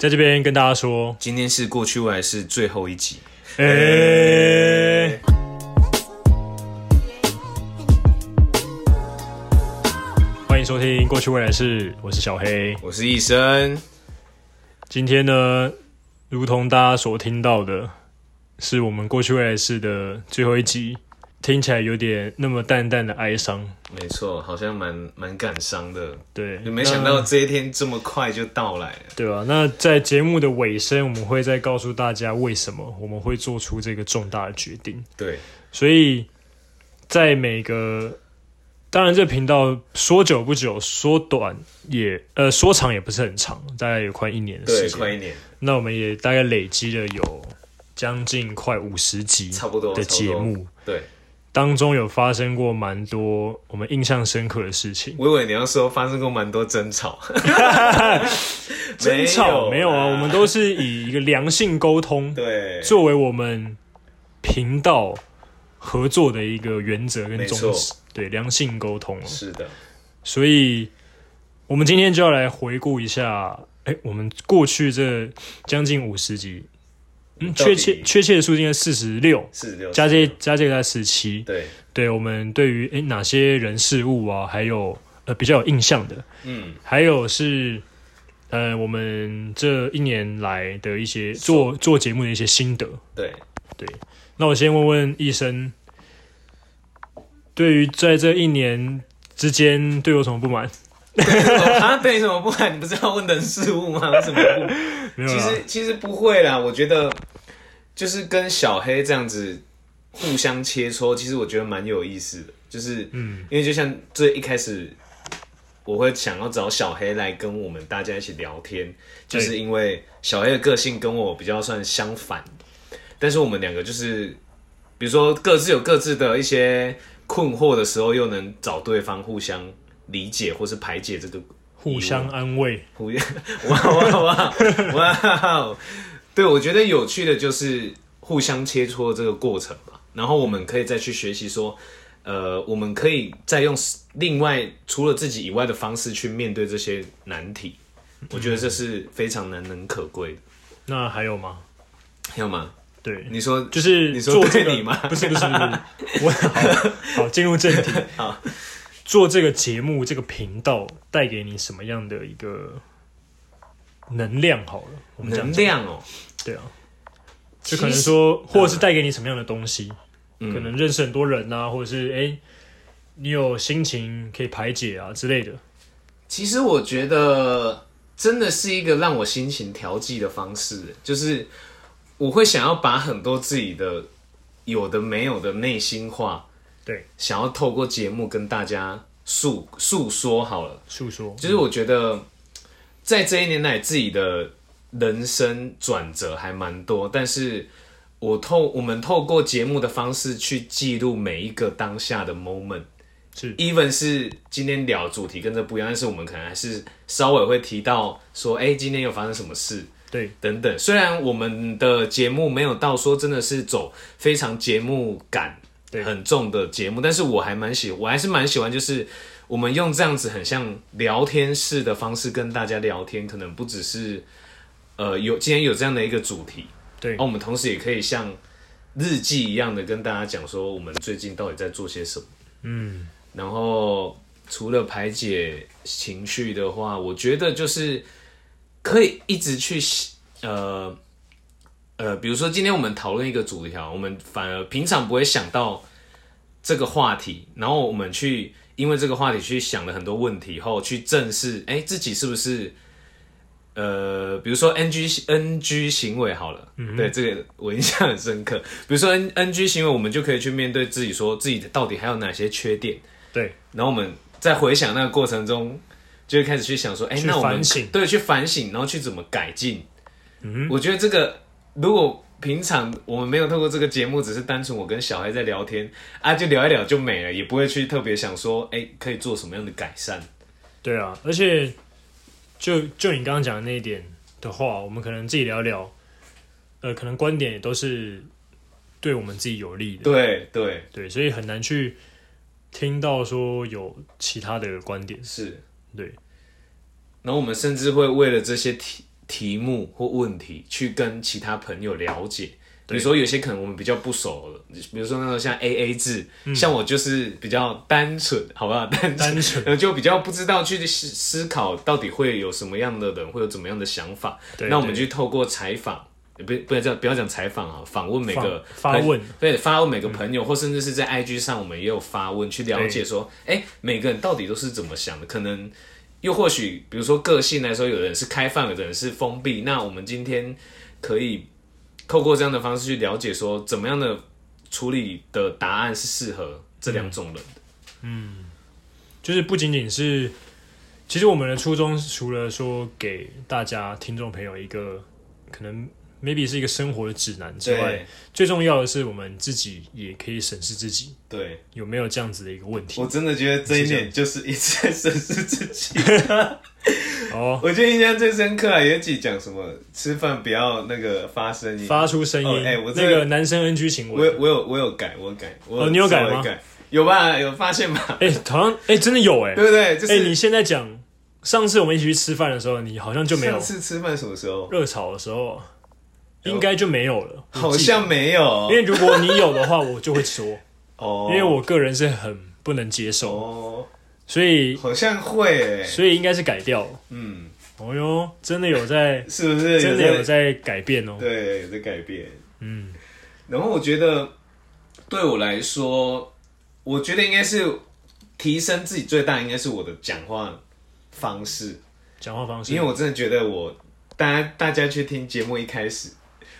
在这边跟大家说，今天是过去未来是最后一集，哎、哎欢迎收听《过去未来事》，我是小黑。我是医生，今天呢，如同大家所听到的，是我们《过去未来事》的最后一集，听起来有点那么淡淡的哀伤。没错，好像蛮蛮感伤的，对，就没想那到这一天这么快就到来了。对吧、那在节目的尾声，我们会再告诉大家为什么我们会做出这个重大的决定。对，所以在每个，当然这频道说久不久，说短也呃说长也不是很长，大概有快一年的对时，快一间。年，那我们也大概累积了有将近快五十集差不多的节，差不多目，对，当中有发生过蛮多我们印象深刻的事情。我以为你要说发生过蛮多争吵，争吵没有啊，啦我 们都是以一个良性沟通啊对，作为我们频道合作的一个原则跟没宗错旨。对，良性沟通、哦。是的，所以，我们今天就要来回顾一下，哎、我们过去这将近五十集，嗯，到确底切确切的数字应该四十六，是的，加这加这个在十七。对，对我们对于哎、诶哪些人事物啊，还有呃比较有印象的，嗯，还有是呃我们这一年来的一些做做节目的一些心得。 对，那我先问问医生，对于在这一年之间对我有什么不满？哦啊，对，你怎么不然？你不是要问人事物吗？为什么不没有其啦实其实不会啦，我觉得就是跟小黑这样子互相切磋，其实我觉得蛮有意思的。就是嗯，因为就像最一开始，我会想要找小黑来跟我们大家一起聊天，就对是因为小黑的个性跟我比较算相反，但是我们两个就是，比如说各自有各自的一些困惑的时候，又能找对方互相理解或是排解这个互相安慰。不要 哇哇哇哇哦！对，我觉得有趣的就是互相切磋这个过程嘛，然后我们可以再去学习说，呃，我们可以再用另外除了自己以外的方式去面对这些难题，我觉得这是非常难能可贵的，那还有吗？要吗？对，你说就是你说做这对个你吗 不是不是不是，我好好进入正题。 好，做这个节目这个频道带给你什么样的一个能量？好了，我们这样能讲量哦、对啊，就可能说，或者是带给你什么样的东西？嗯可能认识很多人啊，或者是哎、诶你有心情可以排解啊之类的。其实我觉得真的是一个让我心情调剂的方式，就是我会想要把很多自己的有的没有的内心话，对，想要透过节目跟大家诉诉说好了。诉说，就是我觉得在这一年来自己的人生转折还蛮多，但是我透我们透过节目的方式去记录每一个当下的 moment。是 even 是今天聊主题跟这不一样，但是我们可能还是稍微会提到说，哎、今天有发生什么事对等等。虽然我们的节目没有到说真的是走非常节目感对很重的节目，但是我还蛮喜，我还是蛮喜欢，就是我们用这样子很像聊天式的方式跟大家聊天，可能不只是呃有今天有这样的一个主题，哦对那、我们同时也可以像日记一样的跟大家讲说，我们最近到底在做些什么。嗯，然后除了排解情绪的话，我觉得就是可以一直去呃呃，比如说今天我们讨论一个主题啊，我们反而平常不会想到这个话题，然后我们去因为这个话题去想了很多问题后，去正视哎、自己是不是。呃，比如说 N G N G 行为好了，对这个我印象很深刻。比如说 N N G 行为，我们就可以去面对自己，说自己到底还有哪些缺点，对，然后我们在回想那个过程中，就会开始去想说，哎、去那我们反省对，去反省，然后去怎么改进。嗯，我觉得这个如果平常我们没有透过这个节目，只是单纯我跟小孩在聊天啊，就聊一聊就没了，也不会去特别想说，哎、可以做什么样的改善。对啊，而且就就你刚刚讲的那一点的话，我们可能自己聊聊，呃，可能观点也都是对我们自己有利的，对对，对，所以很难去听到说有其他的观点，是。对然后我们甚至会为了这些题题目或问题去跟其他朋友了解。比如说有些可能我们比较不熟了，比如说那种像 A A 制，像我就是比较单纯，好不好？单嗯单纯然后就比较不知道去思思考到底会有什么样的人，会有怎么样的想法。对那我们对就透过采访。呃不，不要这样，不要讲采访啊，访问每个访朋发问，对，发问每个朋友，或甚至是在 IG 上，我们也有发问去了解说，哎、嗯每个人到底都是怎么想的？可能又或许，比如说个性来说，有的人是开放，有的人是封闭。那我们今天可以透过这样的方式去了解，说怎么样的处理的答案是适合这两种人的。就是不仅仅是，其实我们的初衷是除了说给大家听众朋友一个可能 maybe 是一个生活的指南之外，最重要的是我们自己也可以审视自己对，有没有这样子的一个问题我。真的觉得这一点就是一直在审视自 己。哦，我觉得印象最深刻啊，有几讲什么吃饭不要那个发声音，发出声音，哦哎我这那个个男生 NG 行我有为，我有我有改，我有改，我哦你有改稍微吗改有吧？有发现吧？哎、好像哎、真的有哎、对不对？就哎、你是现在讲，上次我们一起去吃饭的时候，你好像就没有上次吃饭什么时候？热炒的时候，应该就没有了，我好记得像没有因为如果你有的话，我就会说， 哦，因为我个人是很不能接受，哦，所以好像会欸，所以应该是改掉了。嗯，哦哟，真的有在，是不是真的有在在改变哦。对有在改变？嗯，然后我觉得对我来说，我觉得应该是提升自己最大，应该是我的讲话方式。讲话方式，因为我真的觉得我，大家大家去听节目一开始，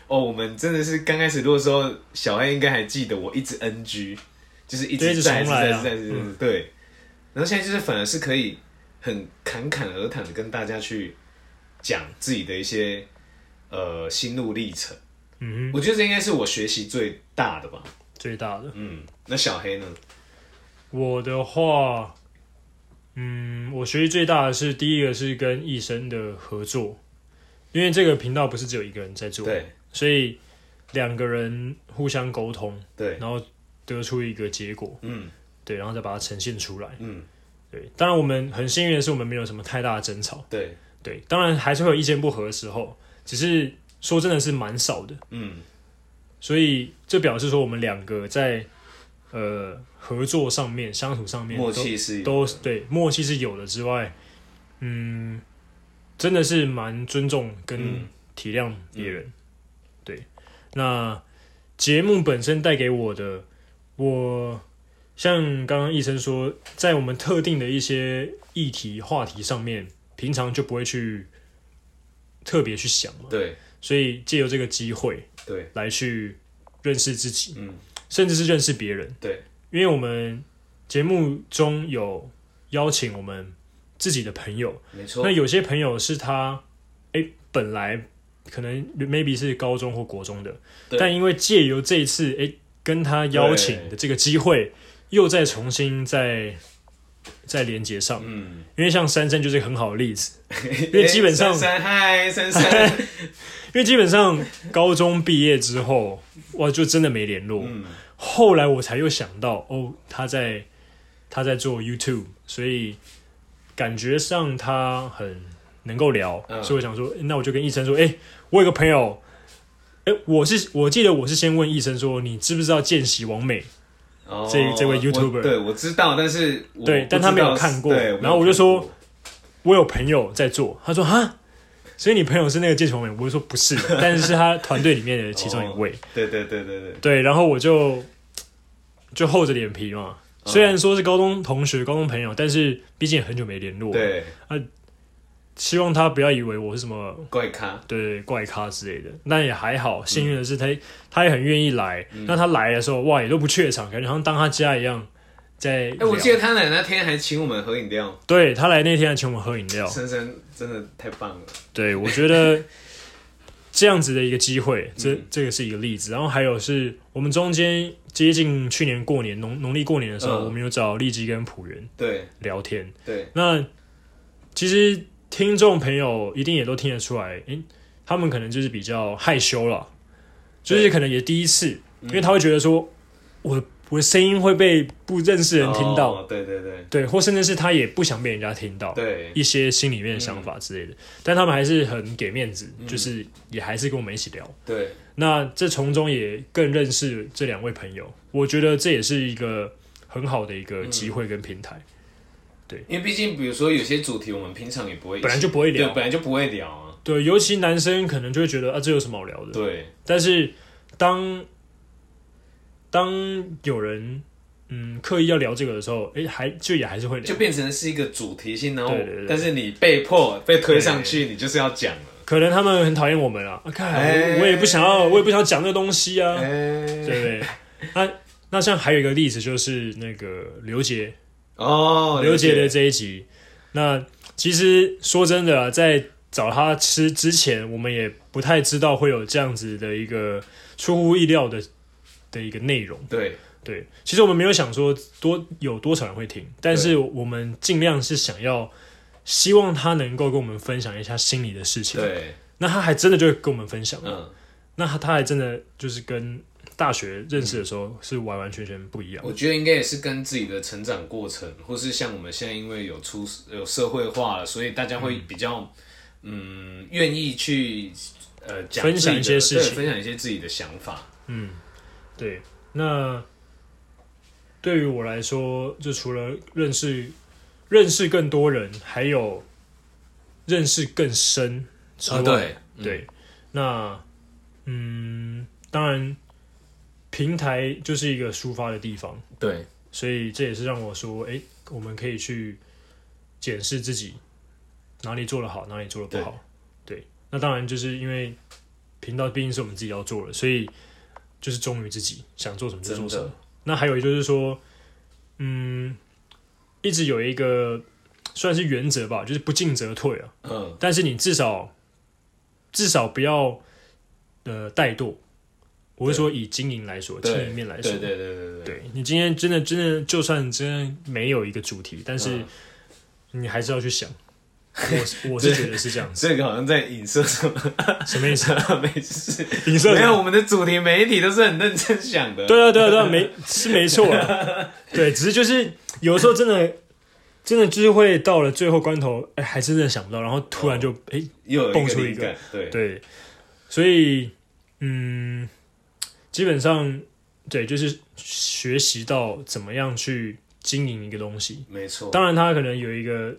哦，我们真的是刚开始录的时候，小爱应该还记得我一直 NG，就是一就直一直在，一直重在，来一啊直在，一直在对。然后现在就是反而是可以很侃侃而谈的跟大家去讲自己的一些呃心路历程，嗯我觉得这应该是我学习最大的吧。哼，最大的。嗯，那小黑呢？我的话，嗯，我学习最大的是第一个是跟医生的合作，因为这个频道不是只有一个人在做，对所以两个人互相沟通，对，然后得出一个结果，嗯对，然后再把它呈现出来。嗯对，当然我们很幸运的是，我们没有什么太大的争吵。对，对，当然还是会有意见不合的时候，只是说真的是蛮少的。嗯所以这表示说，我们两个在呃合作上面、相处上面默都契是都对默契是有的之外，嗯，真的是蛮尊重跟嗯体谅别人。对，那节目本身带给我的，我像刚刚医生说，在我们特定的一些议题话题上面，平常就不会去特别去想嘛，对所以借由这个机会对来去认识自己，嗯甚至是认识别人。对，因为我们节目中有邀请我们自己的朋友，没错那。有些朋友是他，哎、本来可能 maybe 是高中或国中的，对但因为借由这一次，哎、跟他邀请的这个机会，又再重新再再连接上。嗯，因为像珊珊就是个很好的例子， 因为基本上珊珊哎嗨，珊珊，因为基本上高中毕业之后，哇，就真的没联络。嗯，后来我才又想到，哦，他在他在做 YouTube，所以感觉上他很能够聊，嗯所以我想说，诶那我就跟医生说，哎、我有个朋友，哎、我是我记得我是先问医生说，你知不知道见习王美？哦这这位我 YouTuber 对我知道，但是我对不但他知没有道看过对没有然后我就看过我有朋友在做，他说哈，所以你朋友是那个见习王美？我就说不是，但是是他团队里面的其中一位。对对对对对，对，然后我就就厚着脸皮嘛。嗯虽然说是高中同学、高中朋友，但是毕竟很久没联络，对希望他不要以为我是什么怪咖，对怪咖之类的。那也还好，幸运的是他、嗯他也很愿意来。那他来的时候，哇，也都不怯场，感觉好像当他家一样在聊。哎，我记得他奶那天还请我们喝饮料，对他来那天还请我们喝饮料。珊珊真的太棒了，对，我觉得这样子的一个机会，这、嗯这个是一个例子。然后还有是我们中间接近去年过年农农历过年的时候，嗯我们有找立基跟浦原对聊天。对那其实听众朋友一定也都听得出来，诶、他们可能就是比较害羞了，就是可能也第一次，因为他会觉得说，我我的声音会被不认识人听到，哦对对对对，或甚至是他也不想被人家听到，对，嗯一些心里面的想法之类的。但他们还是很给面子，就是也还是跟我们一起聊。对，那这从中也更认识这两位朋友，我觉得这也是一个很好的一个机嗯会跟平台。因为毕竟比如说有些主题我们平常也不会一起，本来就不会聊对，本来就不会聊啊，对，尤其男生可能就会觉得啊，这有什么好聊的？对，但是当当有人嗯刻意要聊这个的时候，诶，还就也还是会聊就。变成是一个主题性，然后对对对但是你被迫被推上去，你就是要讲了，可能他们很讨厌我们啊，啊看、哎我我也不想要，我也不想讲这个东西啊，对哎，不对？那那像还有一个例子就是那个刘杰，哦，刘杰解的这一集，那其实说真的啊，在找他吃之前，我们也不太知道会有这样子的一个出乎意料的的一个内容。对，对，其实我们没有想说多有多少人会听，但是我们尽量是想要希望他能够跟我们分享一下心里的事情。对，那他还真的就跟我们分享，嗯，那他他还真的就是跟大学认识的时候是完完全全不一样。我觉得应该也是跟自己的成长过程，或是像我们现在因为有出有社会化了，所以大家会比较嗯愿、意去呃讲分享自己的一些事情对分享一些自己的想法。对，那对于我来说，就除了认识认识更多人，还有认识更深之外，啊对嗯对那嗯，当然平台就是一个抒发的地方，对，所以这也是让我说，哎、我们可以去检视自己哪里做得好，哪里做得不好。对，那当然就是因为频道毕竟是我们自己要做的，所以就是忠于自己，想做什么就做真什么的。，那还有就是说，嗯，一直有一个算是原则吧，就是不进则退啊。嗯，但是你至少至少不要呃怠惰。我是说以经营来说，经对，营面来说，对对对对对，对你今天真的真的，就算真的没有一个主题，但是嗯你还是要去 想。我是我是觉得是这样子，这个好像在影射什么，什么意思？ 没事，影射没什有，么？我们的主题每一题都是很认真想的。啊对啊，对啊，对啊，没是没错啊。 对，只是就是有时候真的真的就是会到了最后关头，哎，还真的想不到，然后突然就哦哎，又有一个蹦出一灵个感，对，对，所以嗯，基本上对，就是学习到怎么样去经营一个东西，没错，当然，他可能有一个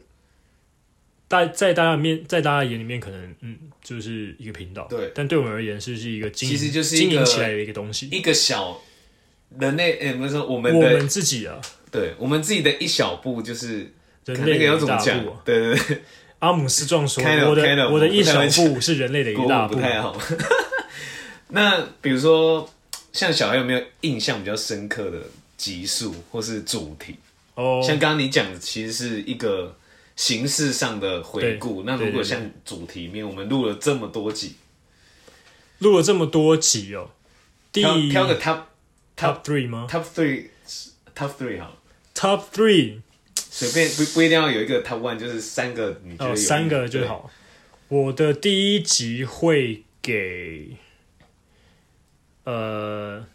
大在大家面，在大家眼里面，可能嗯，就是一个频道。对但对我们而言，是是一个经营，其实就是一经个营起来的一个东西。一个小人类，哎、不是说我们我的们自己啊，对我们自己的一小步，就是人看那类个要的一怎么大讲步啊。？对对对，阿姆斯壮说：“开了我开的了我的我一不太小会步是人类的国一大语步不。太啊好。 那比如说，像小孩有没有印象比较深刻的集数或是主题？”哦，像刚刚你讲，的，其实是一个形式上的回顾。对那如对对果像主题面，我们录了这么多集，录了这么多集哦，第挑挑个 top top three 吗 top three top three 好了， ？top three 随便不不一定要有一个 top one，就是三个你觉得有、哦，三个就。好。我的第一集会给呃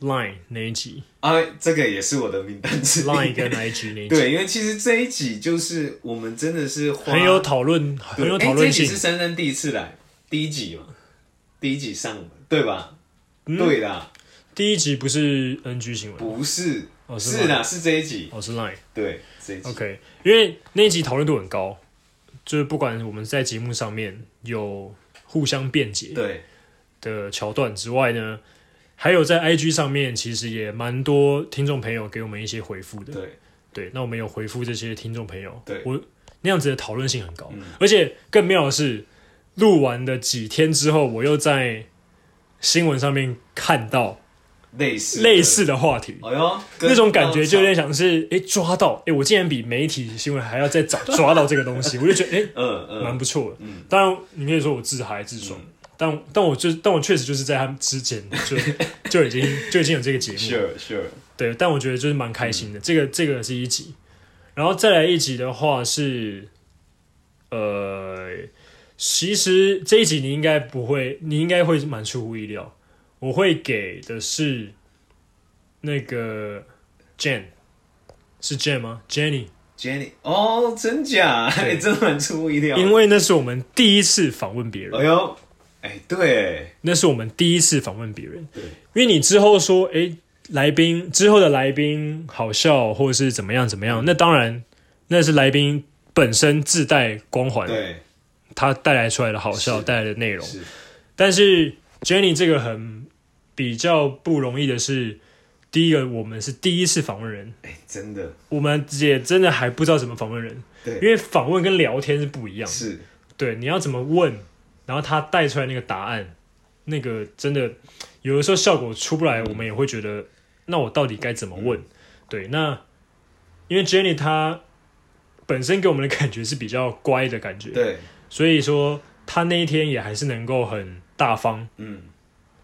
Line 那一集啊，这个也是我的名单之一。 ，Line 跟 IG 那一集对，因为其实这一集就是我们真的是花很有讨论，很对有哎讨论这一集性是。珊珊第一次来，第一集嘛，第一集上的对吧？嗯对啦，第一集不是 NG 新闻，不是，哦是吗是啦，是这一集，哦是 Line。对，这一集 OK，因为那一集讨论度很高，就是不管我们在节目上面有互相辩解对，的桥段之外呢，还有在 IG 上面其实也蛮多听众朋友给我们一些回复的。对，对，那我们有回复这些听众朋友，对嗯我那样子的讨论性很高，而且更妙的是，录完的几天之后，我又在新闻上面看到类似类的，似的话题，哎呦，跟那种感觉就有上点想是，诶，抓到，诶，我竟然比媒体新闻还要再早抓到这个东西，我就觉得，诶，嗯蛮嗯，不错的。当然，你可以说我自嗨自爽，但但我就但我确实就是在他们之前 就就已经就已经有这个节目了 sure sure，对，但我觉得就是蛮开心的。嗯这个这个是一集，然后再来一集的话是，呃，其实这一集你应该不会，你应该会蛮出乎意料。我会给的是，那个 Jen 是 Jen 吗？Jenny， Jenny，哦，真假？哎、真的蛮出乎意料。因为那是我们第一次访问别哎人，呦，哎、对，那是我们第一次访问别人。对，因为你之后说，哎、来宾之后的来宾好笑，或者是怎么样怎么嗯样，那当然那是来宾本身自带光环，对，他带来出来的好笑，是带来的内容。是，但是 Jenny 这个很比较不容易的是，第一个我们是第一次访问人，哎、真的，我们也真的还不知道怎么访问人，对因为访问跟聊天是不一样的。是，对，你要怎么问，然后他带出来那个答案，那个真的有的时候效果出不来，我们也会觉得，那我到底该怎么问？嗯对，那因为 Jenny 她本身给我们的感觉是比较乖的感觉，对，所以说她那一天也还是能够很大方嗯，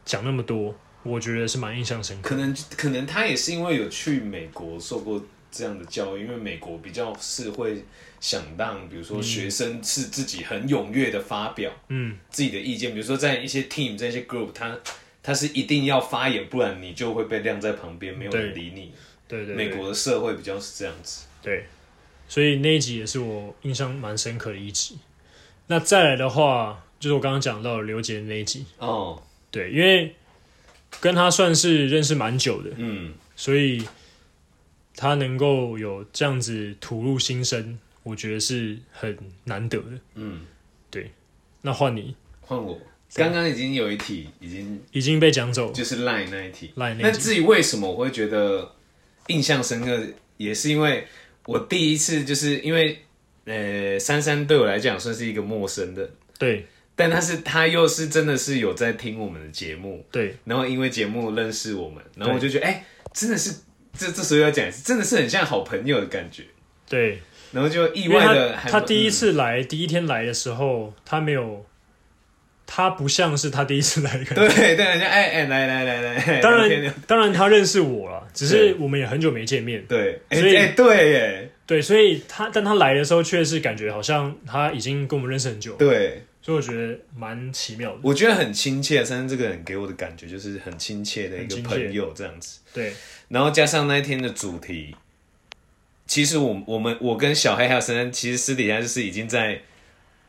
讲那么多，我觉得是蛮印象深刻可的。能可能他也是因为有去美国受过这样的教育，因为美国比较是会想让，比如说学生是自己很踊跃的发表嗯，自己的意见，比如说在一些 team 在一些 group，他他是一定要发言，不然你就会被晾在旁边，没有人对理你。对对对美国的社会比较是这样子。对，所以那一集也是我印象蛮深刻的一集。那再来的话，就是我刚刚讲到的刘杰那一集，哦，对，因为跟他算是认识蛮久的，嗯，所以他能够有这样子吐露心声，我觉得是很难得的。嗯，对。那换你换我。啊刚刚已经有一题，已经已经被讲走就是 Line 那一题。赖那那一集，至于为什么我会觉得印象深刻，也是因为我第一次就是因为呃，珊珊对我来讲算是一个陌生的，对但她是她又是真的是有在听我们的节目，对然后因为节目认识我们，然后我就觉得哎、真的是这这时候要讲，真的是很像好朋友的感觉，对，然后就意因为外的嗯他他第一次来，第一天来的时候，他没有，他不像是他第一次来的感觉。对对，人家哎哎来来来来， 当聊天聊然，当然他认识我了，只是我们也很久没见面，对，哎、所以哎对耶，对，所以他但他来的时候，确实感觉好像他已经跟我们认识很久了，对，所以我觉得蛮奇妙的。我觉得很亲切。珊珊这个人给我的感觉就是很亲切的一个很亲切朋友这样子，对然后加上那一天的主题，其实我我们我跟小黑还有珊珊，其实私底下就是已经在，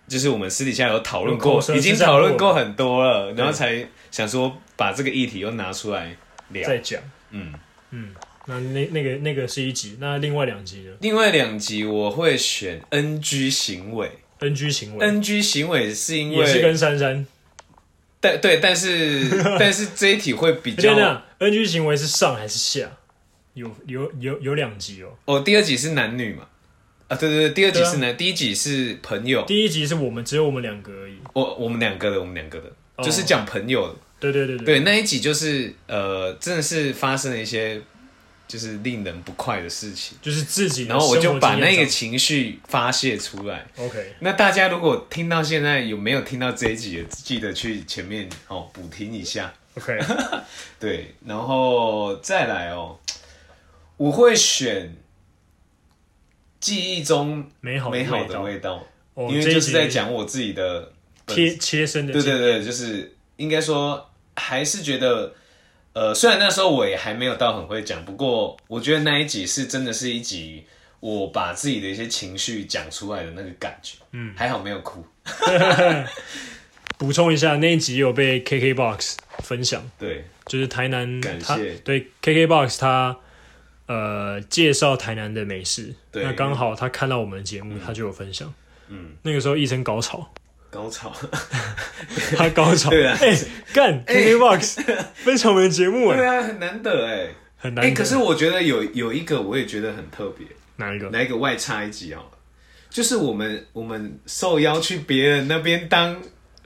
就是我们私底下有讨论有过口舌，已经之战讨论过过很多了，然后才想说把这个议题又拿出来聊再。讲，嗯，嗯，那那那个那个是一集，那另外两集呢另外两集我会选 NG 行为？NG 行为、 ，NG 行为是因也是为跟珊珊，但对，但是但是这一题会 比就这较样，NG 行为是上还是下？有有有有两集哦，哦，第二集是男女嘛？啊，对对对，第二集对啊是男，第一集是朋友，第一集是我们只有我们两个而已，我我们两个的，我们两个的，就是讲朋友的。对对哦对对，对，那一集就是呃，真的是发生了一些就是令人不快的事情，就是自己的然后我生就活把经验那个讲情绪发泄出来。 OK，那大家如果听到现在有没有听到这一集的，记得去前面哦补听一下。 OK，对，然后再来哦，我会选记忆中美好的 美好味的道，味道，哦因为这一就是集在讲我自己的本贴切身的对对对，就是应该说还是觉得，呃，虽然那时候我也还没有到很会讲，不过我觉得那一集是真的是一集我把自己的一些情绪讲出来的那个感觉，嗯，还好没有哭，补充一下，那一集有被 KKBOX 分享，对，就是台南，感谢他对 KKBOX 他呃介绍台南的美食，对那刚好他看到我们的节目，他就有分享。嗯，那个时候医生高 潮，高潮，他高潮，对啊哎，干 KKBOX 分享我们的节目，对哎，啊，很难得哎，很难哎，得。可是我觉得有有一个我也觉得很特别，哪一个？来一个外插一集好了。就是我们我们受邀去别人那边当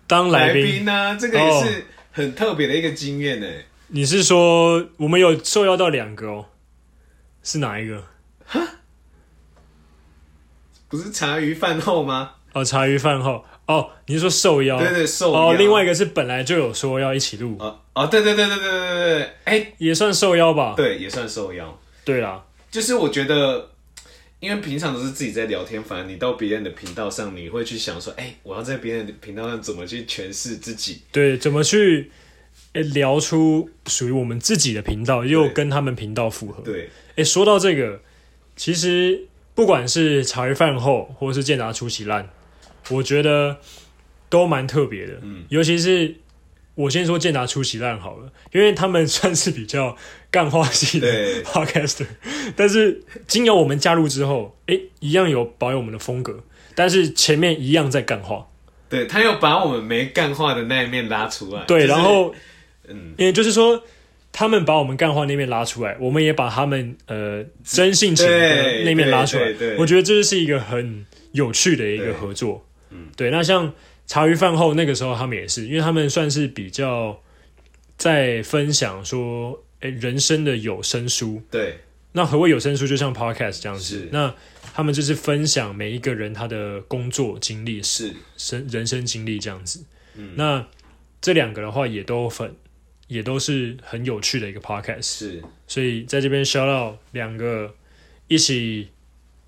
当来来宾，哦宾啊，这个也是很特别的一个经验欸呢、你是说我们有受邀到两个哦？是哪一个？不是茶余饭后吗？哦，茶余饭后哦，你是说受邀？对对，受邀哦，另外一个是本来就有说要一起录，哦哦，对对对对对对对，哎、也算受邀吧。对，也算受邀。对啦，就是我觉得，因为平常都是自己在聊天，反而你到别人的频道上，你会去想说，哎、我要在别人的频道上怎么去诠释自己？对，怎么去诶聊出属于我们自己的频道，又跟他们频道符合。对，诶，说到这个，其实不管是茶余饭后，或是健达出奇烂，我觉得都蛮特别的。嗯，尤其是我先说健达出奇烂好了，因为他们算是比较干化系的对 podcaster，但是经由我们加入之后，诶，一样有保有我们的风格，但是前面一样在干化。对他又把我们没干话的那一面拉出来。对，就是然后，嗯，也就是说，他们把我们干话那面拉出来，我们也把他们呃真性情的对那面拉出来对对对。我觉得这是一个很有趣的一个对合作。嗯，对。那像茶余饭后那个时候，他们也是，因为他们算是比较在分享说，哎、人生的有声书。对那何谓有声书？就像 podcast 这样子是。那他们就是分享每一个人他的工作经历、是生人生经历这样子。那这两个的话也都很，也都是很有趣的一个 podcast，是，所以在这边 shout out 两个一起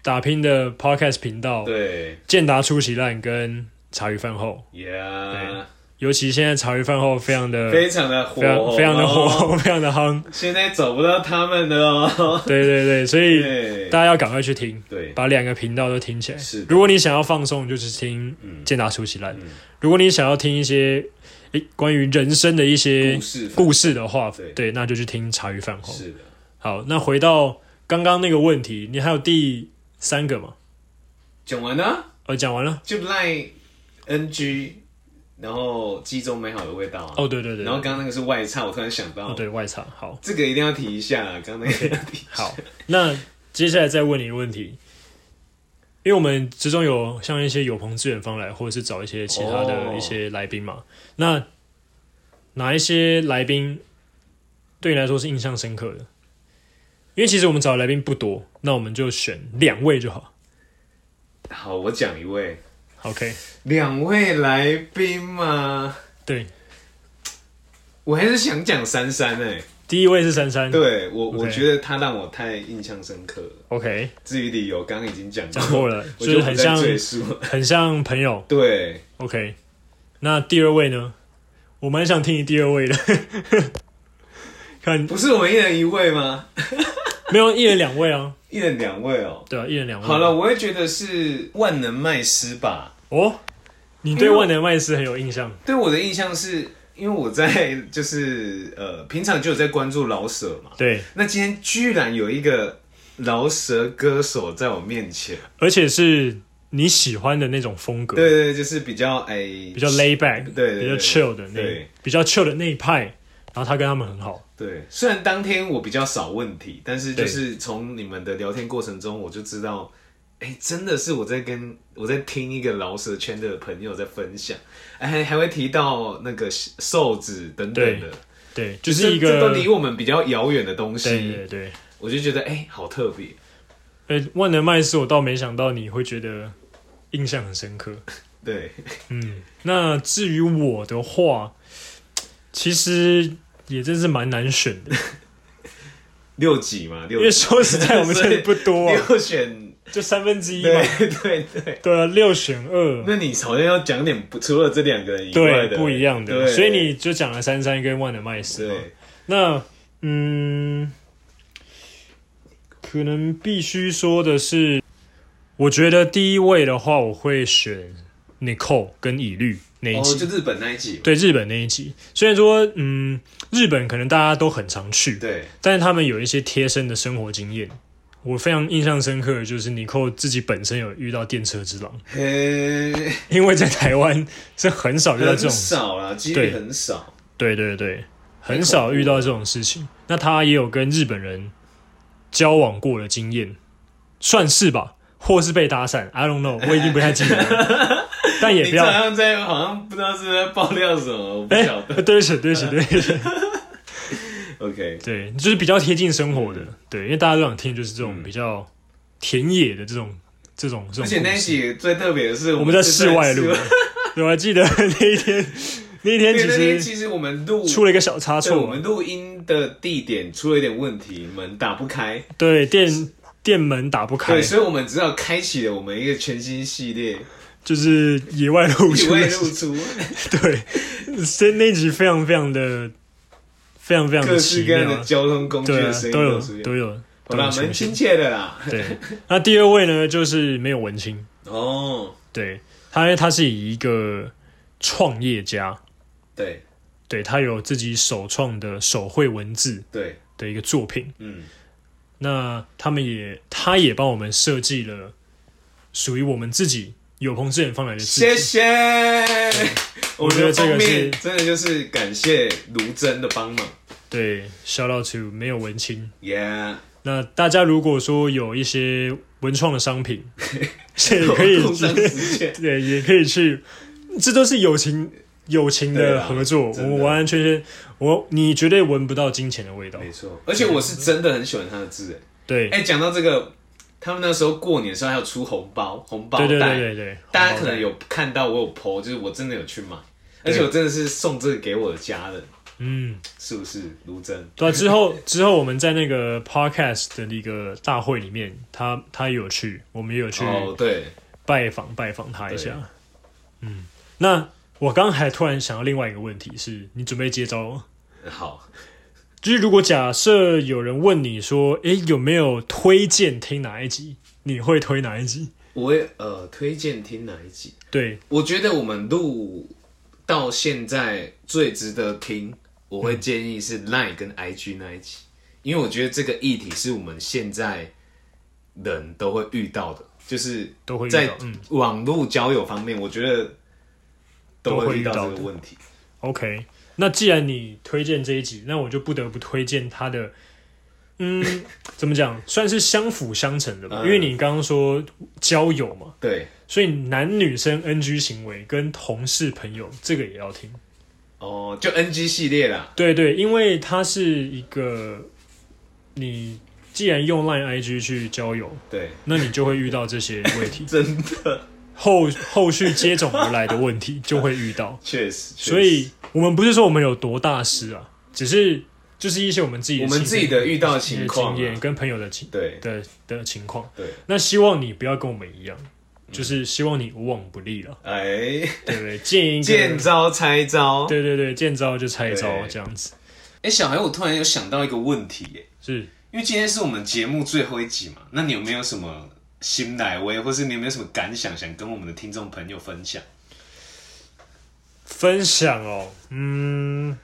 打拼的 podcast 频道，对健达出奇烂跟茶余饭后， ，Yeah，尤其现在茶余饭后非常的非常的火嗯非常哦，非常的火，非常的夯，现在找不到他们的 哦。对对对，所以对大家要赶快去听。对把两个频道都听起来。是的嗯如果你想要放松，就是听健达出奇烂；如果你想要听一些诶、关于人生的一些故事故事的话，对对，那就去听茶余饭后。是的，好，那回到刚刚那个问题，你还有第三个吗？讲完了呃，讲完了。就赖 NG，然后击中美好的味道啊。哦，对对对，然后刚刚那个是外差，我突然想哦到，对外场好。这个一定要提一下啊，刚刚那个一定要提一下。好，那接下来再问你一个问题，因为我们之中有像一些有朋自远方来，或者是找一些其他的哦一些来宾嘛，那哪一些来宾对你来说是印象深刻的？因为其实我们找的来宾不多，那我们就选两位就好。好，我讲一位， OK，两位来宾嘛，对，我还是想讲珊珊哎、第一位是珊珊。对我嗯 OK 我觉得她让我太印象深刻了。 OK，至于理由，刚刚已经讲讲过了，了， 我就就是不很再像赘述了。很像朋友。对， OK，那第二位呢？我蛮想听你第二位的， 看不是我们一人一位吗？没有一人两位啊，一人两位哦、对啊，一人两位。好了，，我会觉得是万能麦斯吧。哦，你对万能麦斯很有印象，对我的印象是，因为我在 就是呃，平常就有在关注老舍嘛。对，那今天居然有一个饶舌歌手在我面前，而且是你喜欢的那种风格，对，对，对就是比较哎、比较 lay back，对对比较对 chill 的那对，比较 chill 的那一派，然后他跟他们很好，对，虽然当天我比较少问题，但是对就是从你们的聊天过程中，我就知道，哎、真的是我在跟我在听一个饶舌圈的朋友在分享，哎还还会提到那个瘦子等等的，对，就这是一这都离个，我们比较遥远的东西，对对对，我就觉得哎、好特别。呃，万能麦斯我倒没想到你会觉得印象很深 刻，对，那至于我的话，其实也真是蛮难选的，六集嘛，因六为集说实在我们 所以真的不多啊，六选，就三分之一嘛，对 对对。对啊，六选二，那你好像要讲点不除了这两个人以对，外的不一样的。对，所以你就讲了三三跟万能麦斯嘛。对那嗯，可能必须说的是，我觉得第一位的话，我会选 Nicole 跟以律那一哦，集，就日本那一集嘛，对日本那一集。虽然说嗯，日本可能大家都很常去，对但是他们有一些贴身的生活经验。我非常印象深刻的就是 Nicole 自己本身有遇到电车之狼，嘿，因为在台湾是很少遇到这种很少啦，几对率很少。对对对，很恐少怖啊遇到这种事情。那他也有跟日本人交往过的经验，算是吧，或是被搭讪，I don't know，我已经不太记得了。 但也你不这好要，像在，好像不知道是在爆料什么，我不哎、晓得。 对不起，对不起，对不 起， OK，对，就是比较贴近生活的，对，因为大家都想听就是这种比较田野的这种、这种这种嗯而故且事。那一集最特别的是，我我们在室外录的室， 对，我还记得那一天，那一天因为其那天实其实我们录，出了一个小差对，我错啊，们录音的地点出了一点问题，门打不开，对，店店门打不开对，，所以我们只好开启了我们一个全新系列，就是野外露以出的 外事露出。对，所以那集非常非常的非常非常各的式奇各样的妙，交通工具对的啊声，音都有出现。都有好都啦有，蛮出现亲切的啦。对，那第二位呢，就是没有文青，哦，对他他是以一个创业家，对对他有自己首创的手绘文字对，的一个作品。嗯，那他们也，他也帮我们设计了属于我们自己有朋自远方来的字谢体。谢。我觉得这个们的封面是真的就是感谢卢真的帮忙对，shout out to 没有文青。 ，Yeah，那大家如果说有一些文创的商 品，也可以工商去，实现， 对，也可以去，这都是友情友情对的啦合作，我真的们完完全全，我你绝对闻不到金钱的味道。没错。而且我是真的很喜欢他的字，对，哎，哎，讲到这个，他们那时候过年的时候还有出红包，红包对对对袋，对对，大家可能有看到我有 PO，就是我真的有去买，而且我真的是送这个给我的家人，嗯，是不是？卢真，对、啊，之后之后我们在那个 podcast 的那个大会里面，他他也有去，我们也有去哦，对，拜访拜访他一下。对嗯，那我刚还突然想到另外一个问题是，你准备接招吗？好，就是如果假设有人问你说，诶，有没有推荐听哪一集？你会推哪一集？我也呃推荐听哪一集？对，我觉得我们录到现在最值得听，我会建议是 Line 跟 IG 那一集，因为我觉得这个议题是我们现在人都会遇到的，就是都会遇到在嗯网络交友方面，我觉得都都会会遇遇到到这个的问题。 OK，那既然你推荐这一集，那我就不得不推荐他的，嗯，怎么讲，算是相辅相成的吧。嗯因为你刚刚说交友嘛，对，所以男女生 NG 行为跟同事朋友这个也要听。哦，就 NG 系列啦，对对，因为它是一个，你既然用 Line IG 去交友，对，，那你就会遇到这些问题真的，后后续接踵而来的问题就会遇到。确实，确实所以我们不是说我们有多大师啊，只是就是一些我们自己的我们亲自身己的遇到的一些情况啊经验跟朋友的情对的的情况。对，那希望你不要跟我们一样，就是希望你无往不利了，哎，对不对？见一个见招拆招。对对对，见招就拆招对这样子，哎、小孩，我突然有想到一个问题耶，是因为今天是我们节目最后一集嘛，那你有没有什么新来威，或是你有没有什么感想想跟我们的听众朋友分享？分享哦。嗯，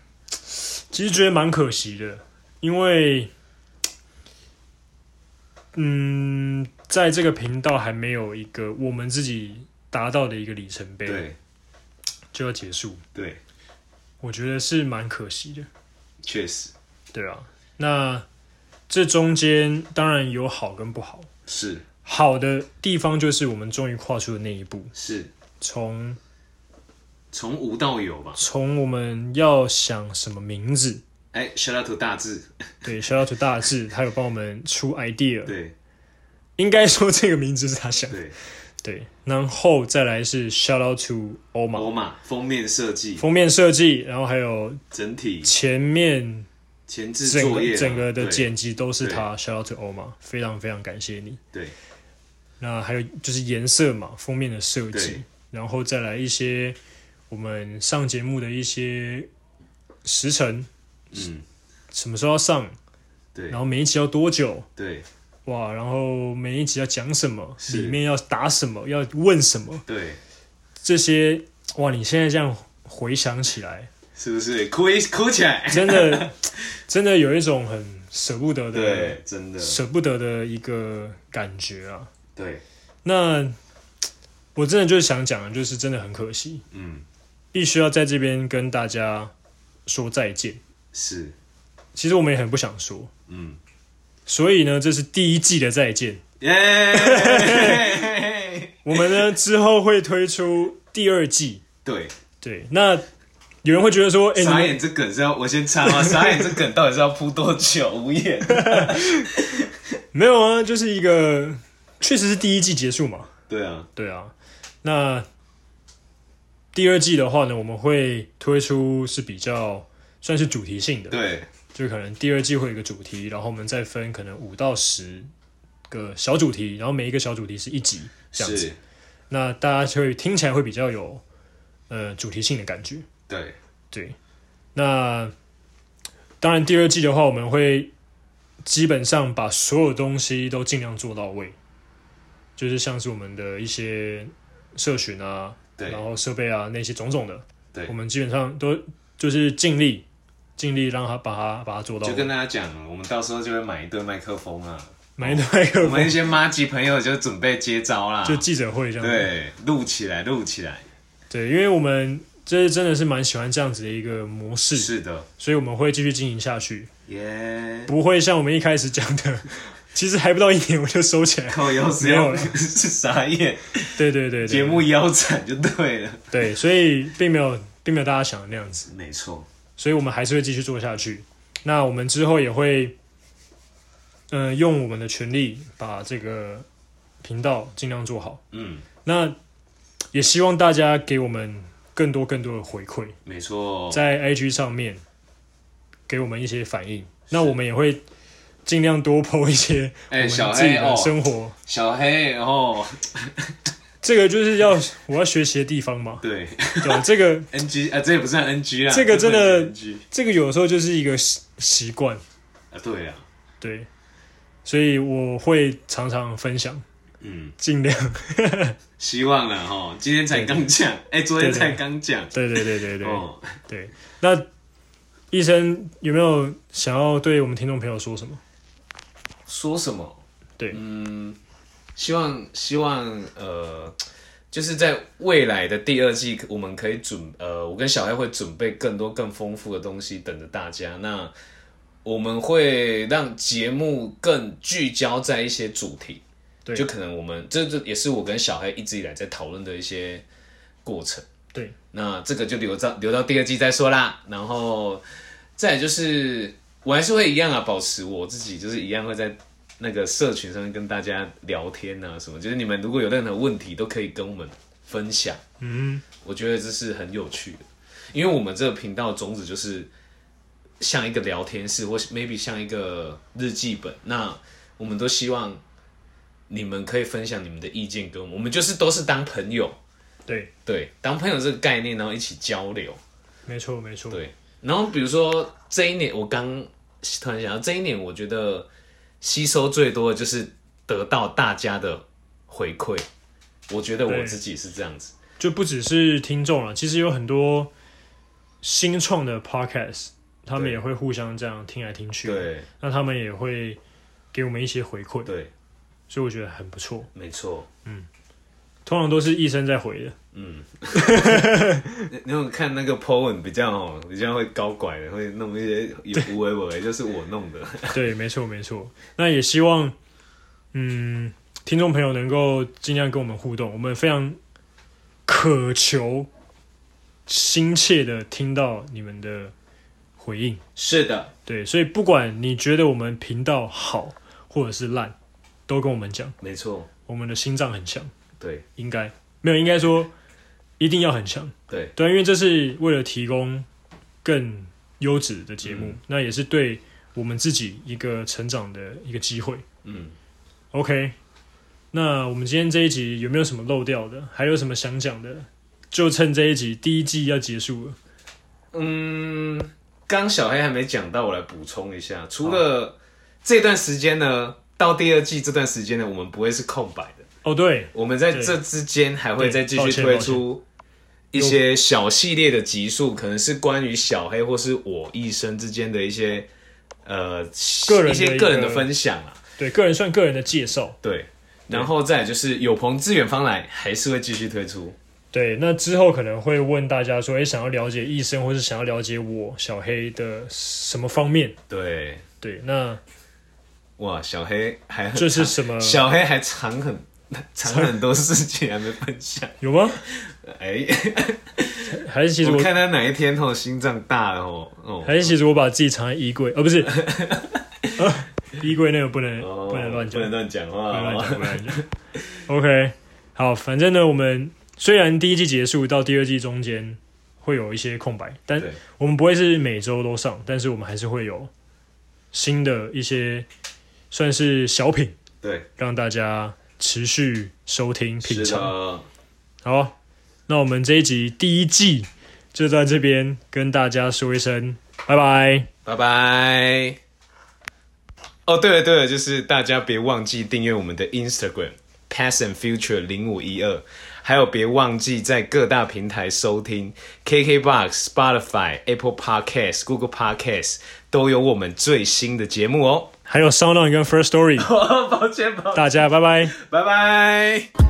其实觉得蛮可惜的，因为嗯，在这个频道还没有一个我们自己达到的一个里程碑，对就要结束，对，我觉得是蛮可惜的。确实对啊，那这中间当然有好跟不好。是好的地方就是我们终于跨出了那一步，是从从无到有吧。从我们要想什么名字，哎、s h o u t out to 大志，对，shout out to 大志，他有帮我们出 idea，对应该说这个名字是他想的，对，对，然后再来是 shout out to 欧玛罗马封面设计封面设计，然后还有整体前面前置整作业个啊整个的对剪辑都是他，shout out to 欧玛，非常非常感谢你。对那还有就是颜色嘛，封面的设对计，然后再来一些我们上节目的一些时辰，嗯什么时候要上，对然后每一集要多久，对哇，然后每一集要讲什么，是里面要答什么，要问什么，对，这些哇，你现在这样回想起来，是不是哭一哭起来？真 的真的有一种很舍不得的对，真的舍不得的一个感觉啊。对，那我真的就是想讲的，就是真的很可惜，嗯必须要在这边跟大家说再见。是其实我们也很不想说，嗯。所以呢，这是第一季的再见。 耶！我们 呢之后会推出第二季。对，对，那有人会觉得说，哎、傻你眼这梗是要我先插 吗？傻眼这梗到底是要铺多久？无言。没有啊，就是一个确实是第一季结束嘛。对啊，对啊，那第二季的话呢，我们会推出是比较算是主题性的，对就可能第二季会有一个主题，然后我们再分可能五到十个小主题，然后每一个小主题是一集这样子是，，那大家就会听起来会比较有呃主题性的感觉。对对，那当然，第二季的话，我们会基本上把所有东西都尽量做到位，就是像是我们的一些社群啊，对然后设备啊那些种种的，对我们基本上都就是尽力尽力让他把它把它做到就位。跟大家讲，我们到时候就会买一对麦克风啊， 买一堆麦我克们风，一些妈吉朋友就准备接招啦，就记者会这样。对，录起来，录起来，对，因为我们这真的是蛮喜欢这样子的一个模式，是的，所以我们会继续经营下去， 耶，不会像我们一开始讲的，其实还不到一年我就收起来。口油使没有用了 是啥耶？对对对对，节目腰斩就对了，对，所以并没有并没有大家想的那样子，没错，所以我们还是会继续做下去。那我们之后也会，呃，用我们的权利把这个频道尽量做好。嗯，那也希望大家给我们更多更多的回馈，没错，在 IG 上面给我们一些反应。那我们也会尽量多 PO 一些我 哎、们小自己黑哦的，生活。小黑哦，这个就是要我要学习的地方嘛。对对吧，这个，NG 啊，这也不算 NG 啦， 这个真的不能讲 NG 这个有时候就是一个习习惯。啊，对啊，对，所以我会常常分享，嗯，尽量。希望了哦，今天才刚讲，哎、昨天才刚讲，对对对对对、哦，对。那医生有没有想要对我们听众朋友说什么？说什么？对嗯，希望希望呃，就是在未来的第二季，我们可以准呃，我跟小黑会准备更多更丰富的东西等着大家。那我们会让节目更聚焦在一些主题，对就可能我们这这也是我跟小黑一直以来在讨论的一些过程。对，那这个就留到留到第二季再说啦。然后再来就是，我还是会一样啊，保持我自己，就是一样会在那个社群上面跟大家聊天啊，什么，就是你们如果有任何问题，都可以跟我们分享。嗯，我觉得这是很有趣的，因为我们这个频道的宗旨就是像一个聊天室，或是 maybe 像一个日记本。那我们都希望你们可以分享你们的意见跟我们，我们就是都是当朋友，对，对，当朋友这个概念，然后一起交流。没错没错。对，然后比如说这一年，我刚突然想到，这一年我觉得吸收最多的就是得到大家的回馈。我觉得我对自己是这样子，就不只是听众了，其实有很多新创的 podcast，他们对也会互相这样听来听去。，对那他们也会给我们一些回馈，对，所以我觉得很不错。没错。通常都是医生在回的。那那种看那个 po 文比较哦，比较会高拐的，会弄一些有无为为，就是我弄的。对，没错没错。那也希望，嗯，听众朋友能够尽量跟我们互动，我们非常渴求、心切的听到你们的回应。 是的，对，所以不管你觉得我们频道好或者是烂，都跟我们讲，没错，我们的心脏很强，对应该没有，应该说一定要很强。对对，因为这是为了提供更优质的节目，嗯那也是对我们自己一个成长的一个机会。嗯， OK，那我们今天这一集有没有什么漏掉的？还有什么想讲的？就趁这一集第一季要结束了，嗯，刚小黑还没讲到，我来补充一下。除了这段时间呢，到第二季这段时间呢，我们不会是空白的，哦，对，我们在这之间还会再继续推出一些小系列的集数，可能是关于小黑或是我一生之间的一些呃个人的一些一个人的个分享啊，对，个人算个人的介绍。对。然后再来就是有朋自远方来，还是会继续推出。对，那之后可能会问大家说，诶，想要了解医生，或是想要了解我小黑的什么方面？对，对，那哇，小黑还很这是长什么小黑还藏很藏很多事情还没分享。有吗？哎、还是其实 我我，看他哪一天吼心脏大了吼，哦，还是其实我把自己藏在衣柜，哦， 不是，啊、衣柜那个不能、哦不能乱不讲能。乱讲不话要乱哦。讲，不要乱讲。OK，好，反正呢，我们虽然第一季结束到第二季中间会有一些空白，但对我们不会是每周都上，但是我们还是会有新的一些算是小品，对，让大家持续收听品是尝。的，哦好，那我们这一集第一季就在这边跟大家说一声拜拜。拜拜拜。哦，对了对了，就是大家别忘记订阅我们的 Instagram Past and Future 零五一二，还有别忘记在各大平台收听 KKBox、Spotify、Apple Podcast、Google Podcast 都有我们最新的节目哦。 还有 Sound On 跟 First Story，抱歉，抱歉，大家拜拜。拜拜。